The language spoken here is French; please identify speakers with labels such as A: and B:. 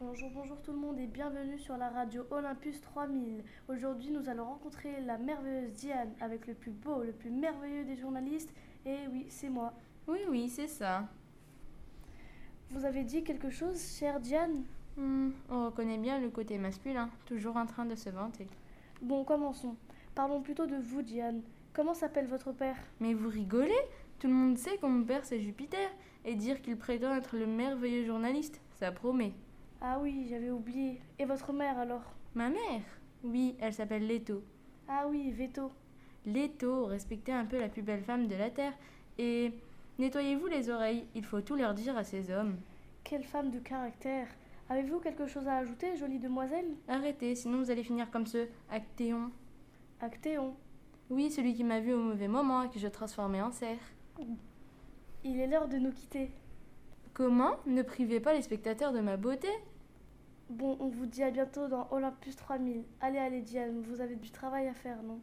A: Bonjour, bonjour tout le monde et bienvenue sur la radio Olympus 3000. Aujourd'hui, nous allons rencontrer la merveilleuse Diane avec le plus beau, le plus merveilleux des journalistes. Et oui, c'est moi.
B: Oui, oui, c'est ça.
A: Vous avez dit quelque chose, chère Diane
B: Hmm, on reconnaît bien le côté masculin, toujours en train de se vanter.
A: Bon, commençons. Parlons plutôt de vous, Diane. Comment s'appelle votre père
B: Mais vous rigolez Tout le monde sait que mon père c'est Jupiter, et dire qu'il prétend être le merveilleux journaliste, ça promet.
A: Ah oui, j'avais oublié. Et votre mère alors
B: Ma mère Oui, elle s'appelle Leto.
A: Ah oui, Veto.
B: Leto, respectez un peu la plus belle femme de la Terre, et nettoyez-vous les oreilles, il faut tout leur dire à ces hommes.
A: Quelle femme de caractère. Avez-vous quelque chose à ajouter, jolie demoiselle
B: Arrêtez, sinon vous allez finir comme ce Actéon.
A: Actéon.
B: Oui, celui qui m'a vu au mauvais moment et que je transformais en cerf.
A: Il est l'heure de nous quitter.
B: Comment Ne privez pas les spectateurs de ma beauté
A: Bon, on vous dit à bientôt dans Olympus 3000. Allez, allez, Diane, vous avez du travail à faire, non